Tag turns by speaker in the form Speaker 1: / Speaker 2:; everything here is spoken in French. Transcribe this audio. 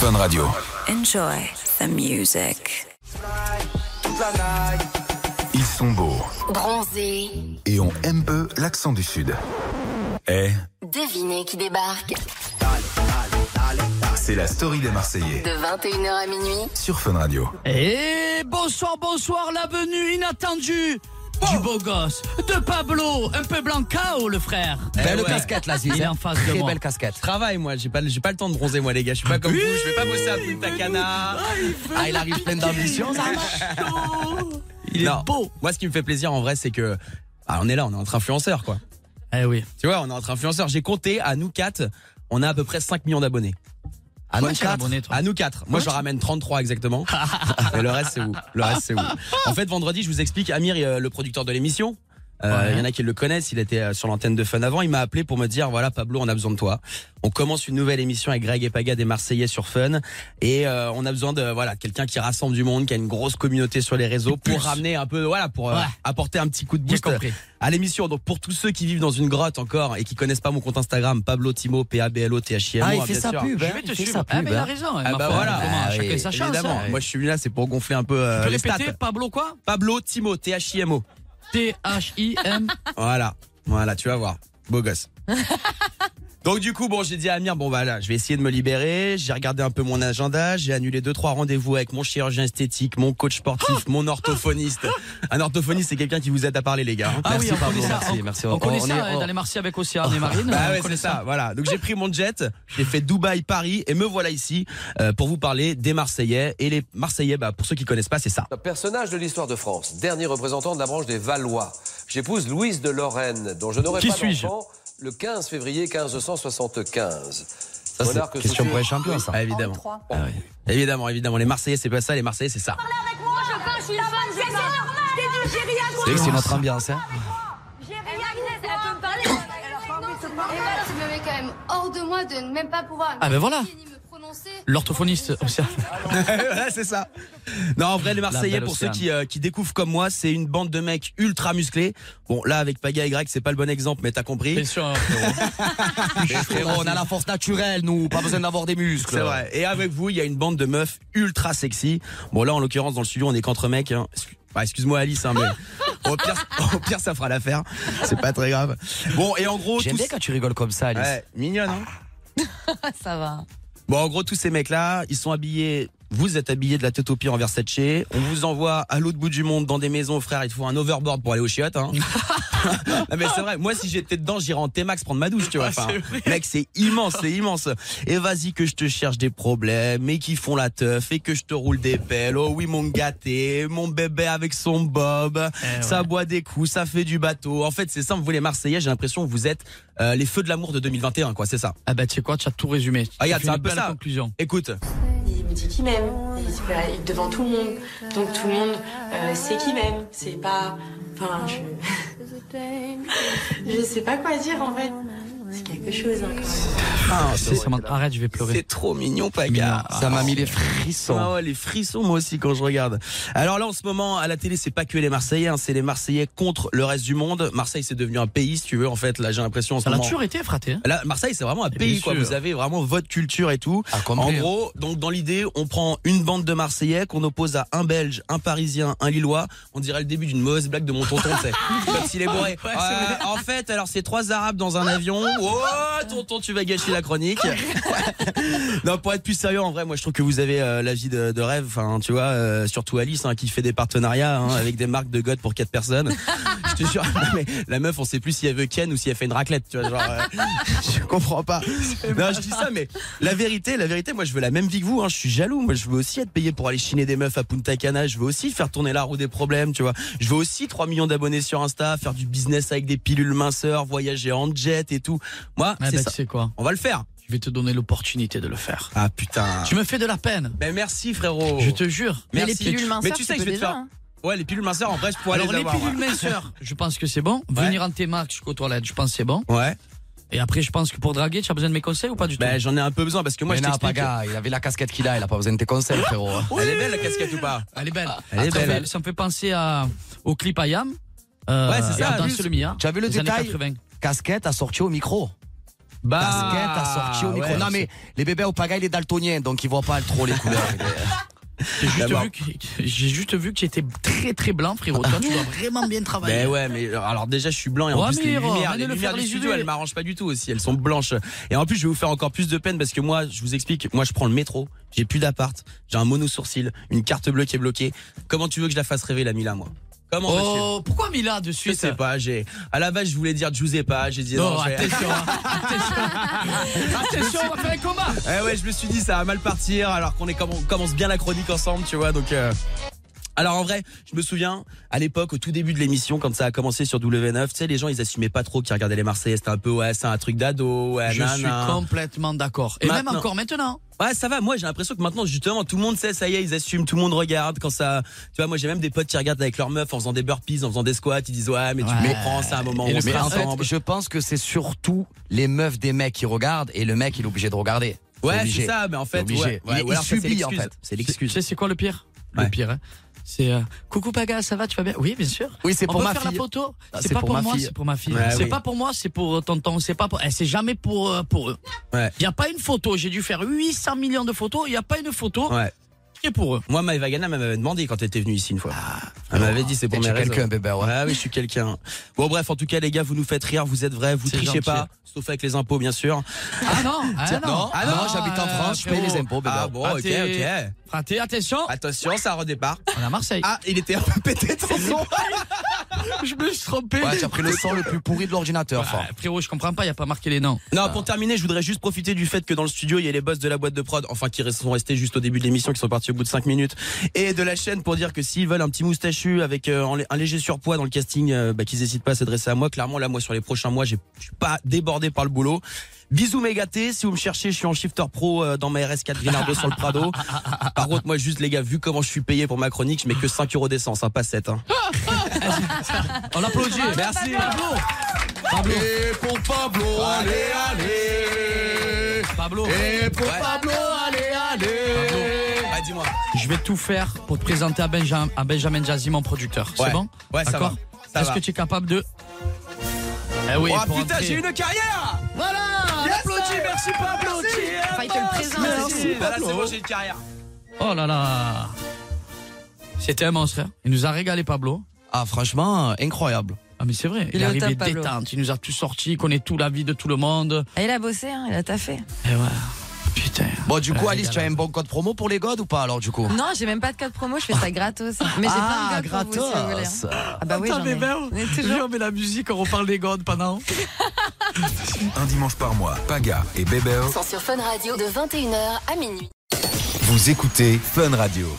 Speaker 1: Fun Radio.
Speaker 2: Enjoy the music.
Speaker 1: Ils sont beaux
Speaker 3: Bronzé,
Speaker 1: et on aime peu l'accent du Sud. Eh,
Speaker 3: devinez qui débarque
Speaker 1: c'est la story des Marseillais
Speaker 3: de 21h à minuit
Speaker 1: sur Fun Radio.
Speaker 4: Et bonsoir, bonsoir, la venue inattendue du beau gosse, de Pablo, un peu blanc KO, le frère.
Speaker 5: Belle
Speaker 6: Eh ouais.
Speaker 5: casquette là, Ziz.
Speaker 4: Il est en face
Speaker 5: Très
Speaker 4: de moi.
Speaker 5: belle casquette.
Speaker 6: travaille moi, j'ai pas, j'ai pas le temps de bronzer moi les gars, je suis pas comme vous, je vais pas bosser à Punta Cana.
Speaker 5: Ah, il arrive plein d'ambition, ça.
Speaker 6: Il
Speaker 4: est
Speaker 6: non.
Speaker 4: beau.
Speaker 6: Moi ce qui me fait plaisir en vrai c'est que ah, on est là, on est entre influenceurs quoi.
Speaker 4: Eh oui.
Speaker 6: Tu vois, on est entre influenceurs, j'ai compté à nous quatre, on a à peu près 5 millions d'abonnés.
Speaker 4: À
Speaker 6: nous quatre. À nous quatre. Moi, je ramène 33 exactement. Mais le reste, c'est vous. Le reste, c'est vous. En fait, vendredi, je vous explique. Amir, euh, le producteur de l'émission. euh,
Speaker 4: Ouais.
Speaker 6: Il y en a qui le connaissent. Il était euh, sur l'antenne de Fun avant. Il m'a appelé pour me dire voilà, Pablo, on a besoin de toi. On commence une nouvelle émission avec Greg et Paga des Marseillais sur Fun. Et euh, on a besoin de voilà quelqu'un qui rassemble du monde, qui a une grosse communauté sur les réseaux pour ramener un peu voilà pour euh,
Speaker 4: Ouais.
Speaker 6: apporter un petit coup de
Speaker 4: J'ai
Speaker 6: boost euh,
Speaker 4: compris.
Speaker 6: à l'émission. Donc pour tous ceux qui vivent dans une grotte encore et qui connaissent pas mon compte Instagram, Pablo Timo, P A B L O T H I M O.
Speaker 5: Ah, il
Speaker 6: hein,
Speaker 5: fait
Speaker 6: bien
Speaker 5: sa
Speaker 6: sûr.
Speaker 5: pub.
Speaker 4: Je
Speaker 5: hein.
Speaker 4: vais te
Speaker 5: Il fait
Speaker 4: suivre.
Speaker 5: sa
Speaker 4: Ah,
Speaker 5: pub,
Speaker 4: mais il a
Speaker 5: hein.
Speaker 4: raison.
Speaker 6: Ah
Speaker 4: ma
Speaker 6: bah
Speaker 4: foi.
Speaker 6: voilà.
Speaker 4: Comment,
Speaker 5: Ah
Speaker 4: chacun
Speaker 5: oui,
Speaker 4: sa chance.
Speaker 6: Évidemment,
Speaker 4: hein.
Speaker 6: moi je suis venu là, c'est pour gonfler un peu euh,
Speaker 4: Tu peux
Speaker 6: les
Speaker 4: répéter,
Speaker 6: stats.
Speaker 4: Pablo quoi
Speaker 6: Pablo Timo, T-H-I-M-O.
Speaker 4: T-H-I-M.
Speaker 6: Voilà, voilà, tu vas voir. Beau gosse. Donc du coup, bon, j'ai dit à Amir, bon bah là, je vais essayer de me libérer. J'ai regardé un peu mon agenda, j'ai annulé deux trois rendez-vous avec mon chirurgien esthétique, mon coach sportif, mon orthophoniste. Un orthophoniste, c'est quelqu'un qui vous aide à parler, les gars. hein.
Speaker 4: Ah oui, on
Speaker 5: Pablo,
Speaker 4: connaît ça.
Speaker 5: merci,
Speaker 4: on,
Speaker 5: merci.
Speaker 4: on
Speaker 5: On-
Speaker 4: connaît
Speaker 5: on
Speaker 4: ça
Speaker 5: est-
Speaker 4: hein,
Speaker 5: on-
Speaker 4: dans les Marseilles avec Océane et Marine.
Speaker 6: Bah
Speaker 4: on
Speaker 6: ouais,
Speaker 4: connaît
Speaker 6: c'est ça. voilà. Donc j'ai pris mon jet, j'ai fait Dubaï, Paris, et me voilà ici euh, pour vous parler des Marseillais. Et les Marseillais, bah pour ceux qui connaissent pas, c'est ça.
Speaker 7: Un personnage de l'histoire de France, dernier représentant de la branche des Valois. J'épouse Louise de Lorraine, dont je n'aurai
Speaker 4: Qui
Speaker 7: pas
Speaker 4: suis-je
Speaker 7: d'enfant le 15 février 1575.
Speaker 6: Ça, c'est
Speaker 7: Monarque
Speaker 5: Question
Speaker 7: soucieux-
Speaker 5: pour les champions, ça.
Speaker 6: Ah, évidemment. Évidemment, évidemment. Les Marseillais, c'est pas ça. Les Marseillais, c'est ça.
Speaker 8: Moi je peins, je suis fan, je peins. Je t'ai dit, j'ai rien à
Speaker 5: C'est
Speaker 8: toi.
Speaker 5: que c'est notre ambiance. Hein.
Speaker 8: J'ai rien à toi. Elle peut me parler. Elle a pas envie de te
Speaker 9: Et
Speaker 8: parler.
Speaker 9: voilà, je me mets quand même hors de moi de ne même pas pouvoir
Speaker 4: Ah ben voilà.
Speaker 9: ni me prononcer.
Speaker 4: L'orthophoniste Océane.
Speaker 6: Ouais, c'est ça. Non, en vrai, les
Speaker 5: La
Speaker 6: Marseillais,
Speaker 5: belle
Speaker 6: pour ceux
Speaker 5: Océane.
Speaker 6: qui, euh, qui découvrent comme moi, c'est une bande de mecs ultra musclés. Bon, là, avec Paga et Greg, c'est pas le bon exemple, mais t'as
Speaker 4: Bien
Speaker 6: compris.
Speaker 4: sûr, hein, frérot.
Speaker 5: Frérot, on a la force naturelle, nous. Pas besoin d'avoir des muscles.
Speaker 6: C'est vrai. Et avec vous, il y a une bande de meufs ultra sexy. Bon, là, en l'occurrence, dans le studio, on est qu'entre mecs. hein. Excu- ah, Excuse-moi, Alice, hein, mais au pire, au pire, ça fera l'affaire. C'est pas très grave. Bon, et en gros,
Speaker 5: J'aime
Speaker 6: tous-
Speaker 5: bien quand tu rigoles comme ça, Alice.
Speaker 6: Ouais, mignonne, hein.
Speaker 3: Ça va.
Speaker 6: Bon, en gros, tous ces mecs-là, ils sont habillés. Vous êtes habillés de la tête aux pieds en Versace. On vous envoie à l'autre bout du monde dans des maisons, frère. Il te faut un overboard pour aller aux chiottes. Hein. non, mais c'est vrai. Moi, si j'étais dedans, j'irais en T-Max prendre ma douche, tu vois. Enfin, mec, c'est immense, c'est immense. Et vas-y que je te cherche des problèmes et qui font la teuf et que je te roule des pelles. Oh oui, mon gâté, mon bébé avec son bob.
Speaker 4: Eh
Speaker 6: Ça boit des coups, ça fait du bateau. En fait, c'est simple. Vous, les Marseillais, j'ai l'impression que vous êtes euh, les feux de l'amour de 2021, quoi. C'est ça.
Speaker 4: Ah ben tu sais quoi, tu as tout résumé. Tu
Speaker 6: Ah,
Speaker 4: as
Speaker 6: regarde,
Speaker 4: fait
Speaker 6: c'est
Speaker 4: une
Speaker 6: un peu
Speaker 4: belle
Speaker 6: ça.
Speaker 4: conclusion.
Speaker 6: Écoute.
Speaker 10: Il me dit qu'il m'aime. Il se fait- il- devant tout le monde. Donc tout le monde euh, sait qu'il m'aime. C'est pas. Enfin, je. je sais pas quoi dire en fait. C'est quelque chose hein, quand même.
Speaker 6: Ah,
Speaker 4: C'est- ça m'en- Arrête, je vais pleurer. oh.
Speaker 6: C'est trop mignon, Paga.
Speaker 5: Ça m'a mis les frissons.
Speaker 6: Ah ouais, les frissons, moi aussi, quand je regarde. Alors là, en ce moment, à la télé, c'est pas que les Marseillais, hein, c'est les Marseillais contre le reste du monde. Marseille, c'est devenu un pays, si tu veux, en fait. Là, j'ai l'impression en ce
Speaker 4: Ça l'a
Speaker 6: moment.
Speaker 4: toujours été, fraté. hein.
Speaker 6: Là, Marseille, c'est vraiment un
Speaker 4: Et
Speaker 6: pays,
Speaker 4: bien
Speaker 6: quoi.
Speaker 4: sûr. hein.
Speaker 6: Vous avez vraiment votre culture et tout.
Speaker 5: Ah, comme
Speaker 6: en
Speaker 5: les-
Speaker 6: gros, donc dans l'idée, on prend une bande de Marseillais qu'on oppose à un Belge, un Parisien, un Lillois. On dirait le début d'une mauvaise blague de mon tonton, tu sais. Comme s'il est bourré. Euh, en fait, alors c'est trois Arabes dans un avion. Oh, tonton, tu vas gâcher la chronique. non, pour être plus sérieux, en vrai, moi je trouve que vous avez euh, la vie de, de rêve. Enfin, tu vois, euh, surtout Alice hein, qui fait des partenariats hein, avec des marques de God pour quatre personnes. Je te jure, non, mais la meuf, on sait plus si elle veut Ken ou si elle fait une raclette. Tu vois, genre, euh, je comprends pas. Non, je dis ça, mais la vérité, la vérité, moi je veux la même vie que vous. hein. Je suis jaloux. Moi, je veux aussi être payé pour aller chiner des meufs à Punta Cana. Je veux aussi faire tourner la roue des problèmes. Tu vois, je veux aussi 3 millions d'abonnés sur Insta, faire du business avec des pilules minceurs, voyager en jet et tout. Moi,
Speaker 4: Ah
Speaker 6: c'est
Speaker 4: ben
Speaker 6: ça.
Speaker 4: tu sais quoi,
Speaker 6: On va le faire.
Speaker 4: je vais te donner l'opportunité de le faire.
Speaker 6: Ah putain.
Speaker 4: Tu me fais de la peine.
Speaker 6: Ben merci frérot.
Speaker 4: Je te jure.
Speaker 6: Merci.
Speaker 3: Mais les hein. pilules minceurs,
Speaker 6: Mais tu sais que je vais te faire. Ouais, les pilules minceurs en vrai, je pourrais
Speaker 4: Alors
Speaker 6: les
Speaker 4: les
Speaker 6: avoir.
Speaker 4: pilules minceurs, je pense que c'est bon.
Speaker 6: Ouais.
Speaker 4: Venir en T-Max jusqu'aux toilettes, je pense que c'est bon.
Speaker 6: ouais. Ouais.
Speaker 4: Et après, je pense que pour draguer, tu as besoin de mes conseils ou pas du tout
Speaker 6: Ben j'en ai un peu besoin parce que moi
Speaker 5: Mais
Speaker 6: je
Speaker 5: non,
Speaker 6: t'explique.
Speaker 5: Paga, il avait la casquette qu'il a, il a pas besoin de tes conseils, frérot.
Speaker 6: Elle est belle la casquette ou pas
Speaker 4: Elle est belle.
Speaker 6: elle est
Speaker 4: Ah, très
Speaker 6: belle.
Speaker 4: Ça me fait penser à, au clip I Am. Euh,
Speaker 6: Ouais, c'est ça,
Speaker 4: et à
Speaker 6: juste.
Speaker 4: Danse le milliard.
Speaker 5: Tu as vu le
Speaker 4: des années
Speaker 5: détail
Speaker 4: 80.
Speaker 5: Casquette assortie au micro.
Speaker 6: Bah,
Speaker 5: Basket a sorti au micro.
Speaker 6: ouais,
Speaker 5: non, mais les bébés au pagaille, les daltoniens, donc ils voient pas trop les couleurs.
Speaker 4: J'ai juste,
Speaker 6: D'abord.
Speaker 4: vu que- j'ai juste vu que j'étais très très blanc, frérot. Toi, tu dois vraiment bien travailler.
Speaker 6: Ben ouais, mais alors déjà je suis blanc et en
Speaker 4: Ouais,
Speaker 6: plus
Speaker 4: mais
Speaker 6: les
Speaker 4: Romain,
Speaker 6: lumières, les
Speaker 4: allez le
Speaker 6: lumières
Speaker 4: faire
Speaker 6: du
Speaker 4: les
Speaker 6: studio
Speaker 4: yeux.
Speaker 6: elles m'arrangent pas du tout aussi, elles sont blanches. Et en plus je vais vous faire encore plus de peine parce que moi je vous explique, moi je prends le métro, j'ai plus d'appart, j'ai un mono sourcil, une carte bleue qui est bloquée. Comment tu veux que je la fasse rêver la Mila moi Comment veux-tu
Speaker 4: Oh, pourquoi Mila de
Speaker 6: Je
Speaker 4: suite
Speaker 6: sais pas, j'ai à la base je voulais dire Giuseppa, j'ai dit non,
Speaker 4: Non,
Speaker 6: je vais-
Speaker 4: attention, hein. attention, attention, on va faire un combat.
Speaker 6: Eh ouais, je me suis dit ça va mal partir alors qu'on est comme on commence bien la chronique ensemble, tu vois. Donc euh, alors en vrai, je me souviens à l'époque au tout début de l'émission quand ça a commencé sur W9, tu sais les gens ils assumaient pas trop qu'ils regardaient les Marseillais, c'était un peu ouais, c'est un truc d'ado, ouais,
Speaker 4: Je suis
Speaker 6: nanan.
Speaker 4: complètement d'accord. Et même
Speaker 6: Ben Maintenant.
Speaker 4: encore maintenant.
Speaker 6: Ouais, ça va. Moi, j'ai l'impression que maintenant, justement, tout le monde sait, ça y est, ils assument, tout le monde regarde. Quand ça, tu vois, moi, j'ai même des potes qui regardent avec leurs meufs en faisant des burpees, en faisant des squats. Ils disent, ouais, mais tu
Speaker 4: Ouais.
Speaker 6: comprends, c'est un moment où
Speaker 4: Et
Speaker 6: on
Speaker 4: le
Speaker 6: sera
Speaker 5: mais en fait,
Speaker 6: ensemble.
Speaker 5: je pense que c'est surtout les meufs des mecs qui regardent et le mec, il est obligé de regarder. C'est
Speaker 6: Ouais,
Speaker 5: obligé.
Speaker 6: c'est ça, mais en fait,
Speaker 5: Obligé.
Speaker 6: ouais, ouais,
Speaker 5: Il-
Speaker 6: ou
Speaker 5: il
Speaker 6: alors ça, c'est
Speaker 5: subit, en
Speaker 6: l'excuse.
Speaker 5: fait.
Speaker 6: Ben, C'est
Speaker 4: Tu
Speaker 6: l'excuse.
Speaker 4: sais, c'est quoi le pire
Speaker 6: Ouais.
Speaker 4: Le pire, hein, c'est euh, coucou Paga, ça va, tu vas bien Oui, bien sûr.
Speaker 5: Oui, c'est
Speaker 4: On
Speaker 5: pour
Speaker 4: peut
Speaker 5: ma
Speaker 4: faire
Speaker 5: fille.
Speaker 4: la photo.
Speaker 5: Ah,
Speaker 4: c'est pas pour, moi, c'est pour ma fille.
Speaker 6: Ouais,
Speaker 4: c'est
Speaker 6: oui.
Speaker 4: pas pour moi, c'est pour euh, tonton. C'est pas pour. eh, c'est jamais pour euh, pour eux. Il
Speaker 6: Ouais.
Speaker 4: y a pas une photo. J'ai dû faire 800 millions de photos. Il y a pas une photo
Speaker 6: Ouais.
Speaker 4: qui est pour eux.
Speaker 6: Moi, Maëva Gana elle m'avait demandé quand elle était venue ici une fois.
Speaker 5: Ah.
Speaker 6: elle m'avait dit, c'est pour
Speaker 5: T'es
Speaker 6: mes
Speaker 5: quelqu'un,
Speaker 6: raisons.
Speaker 5: bébé, ouais.
Speaker 6: Ouais, oui, je suis quelqu'un. Bon, bref, en tout cas, les gars, vous nous faites rire, vous êtes vrais, vous
Speaker 4: C'est
Speaker 6: trichez
Speaker 4: gentil.
Speaker 6: pas, sauf avec les impôts, bien sûr.
Speaker 4: Ah non, ah non,
Speaker 5: ah non, j'habite en France, je paye les impôts, bébé. Ah,
Speaker 6: Ah bon,
Speaker 4: Ah,
Speaker 6: ok,
Speaker 4: t'es-
Speaker 6: ok.
Speaker 4: Fraté, attention,
Speaker 6: Attention, ça redépart.
Speaker 4: on est à Marseille.
Speaker 6: Ah, il était un peu pété de son son.
Speaker 4: je me suis trompé.
Speaker 5: Ouais, tu as pris le son le plus pourri de l'ordinateur, fort.
Speaker 4: Ah, frérot, je comprends pas, il a pas marqué les noms.
Speaker 6: Non, pour terminer, je voudrais juste profiter du fait que dans le studio, il y a les boss de la boîte de prod, enfin qui sont restés juste au début de l'émission, qui sont partis au bout de 5 minutes, et de la chaîne pour dire que s'ils veulent un petit moustachu avec euh, un lé- un léger surpoids dans le casting, euh, bah, qu'ils hésitent pas à s'adresser à moi. Clairement, là, moi, sur les prochains mois, j'ai- je suis pas débordé par le boulot. Bisous mes gâtés, si vous me cherchez, je suis en shifter pro euh, dans ma RS4 Green 2 sur le Prado. Par contre, moi juste les gars, vu comment je suis payé pour ma chronique, je mets que 5 euros d'essence, hein, pas 7. Hein.
Speaker 4: On l'applaudit.
Speaker 6: Merci.
Speaker 4: Pablo.
Speaker 5: Et pour Pablo, allez, allez.
Speaker 4: Pablo.
Speaker 5: pour
Speaker 6: Ouais.
Speaker 5: Pablo, allez, allez.
Speaker 6: Ah, dis-moi.
Speaker 4: Je vais tout faire pour te présenter à, Benja- à Benjamin Jazzy, mon producteur.
Speaker 6: Ouais.
Speaker 4: C'est bon
Speaker 6: Ouais, ça
Speaker 4: D'accord
Speaker 6: va. Ça
Speaker 4: Est-ce
Speaker 6: va.
Speaker 4: que tu es capable de. Eh oui,
Speaker 6: Oh
Speaker 4: pour
Speaker 6: putain,
Speaker 4: entrer.
Speaker 6: j'ai une carrière
Speaker 4: Voilà
Speaker 6: Yes,
Speaker 4: applaudit,
Speaker 6: sir.
Speaker 4: merci Pablo
Speaker 6: Merci.
Speaker 4: tu es
Speaker 3: Enfin, il te le
Speaker 4: boss,
Speaker 3: présente.
Speaker 5: hein.
Speaker 4: merci.
Speaker 3: Merci,
Speaker 6: Voilà, c'est bon, j'ai une carrière.
Speaker 4: Oh là là C'était un monstre. hein. Il nous a régalé, Pablo.
Speaker 5: Ah, franchement, incroyable.
Speaker 4: Ah, mais c'est vrai.
Speaker 2: Il est au
Speaker 4: arrivé
Speaker 2: top, Pablo.
Speaker 4: détente, il nous a tout sorti, il connaît tout la vie de tout le monde.
Speaker 2: Ah, il a bossé, hein, il a taffé.
Speaker 4: Et ouais. Putain.
Speaker 5: Bon, du coup,
Speaker 4: Ouais,
Speaker 5: Alice, tu as un bon code promo pour les godes ou pas, alors, du coup
Speaker 2: Non, j'ai même pas de code promo, je fais ça gratos. Mais j'ai plein de codes pour vous si vous voulez. hein. Ah bah oui, j'en ai. On est toujours-
Speaker 4: on met la musique, on reparle des godes pendant.
Speaker 1: Un dimanche par mois, Paga et Bébé,
Speaker 3: Sont sur Fun Radio de 21h à minuit.
Speaker 1: vous écoutez Fun Radio.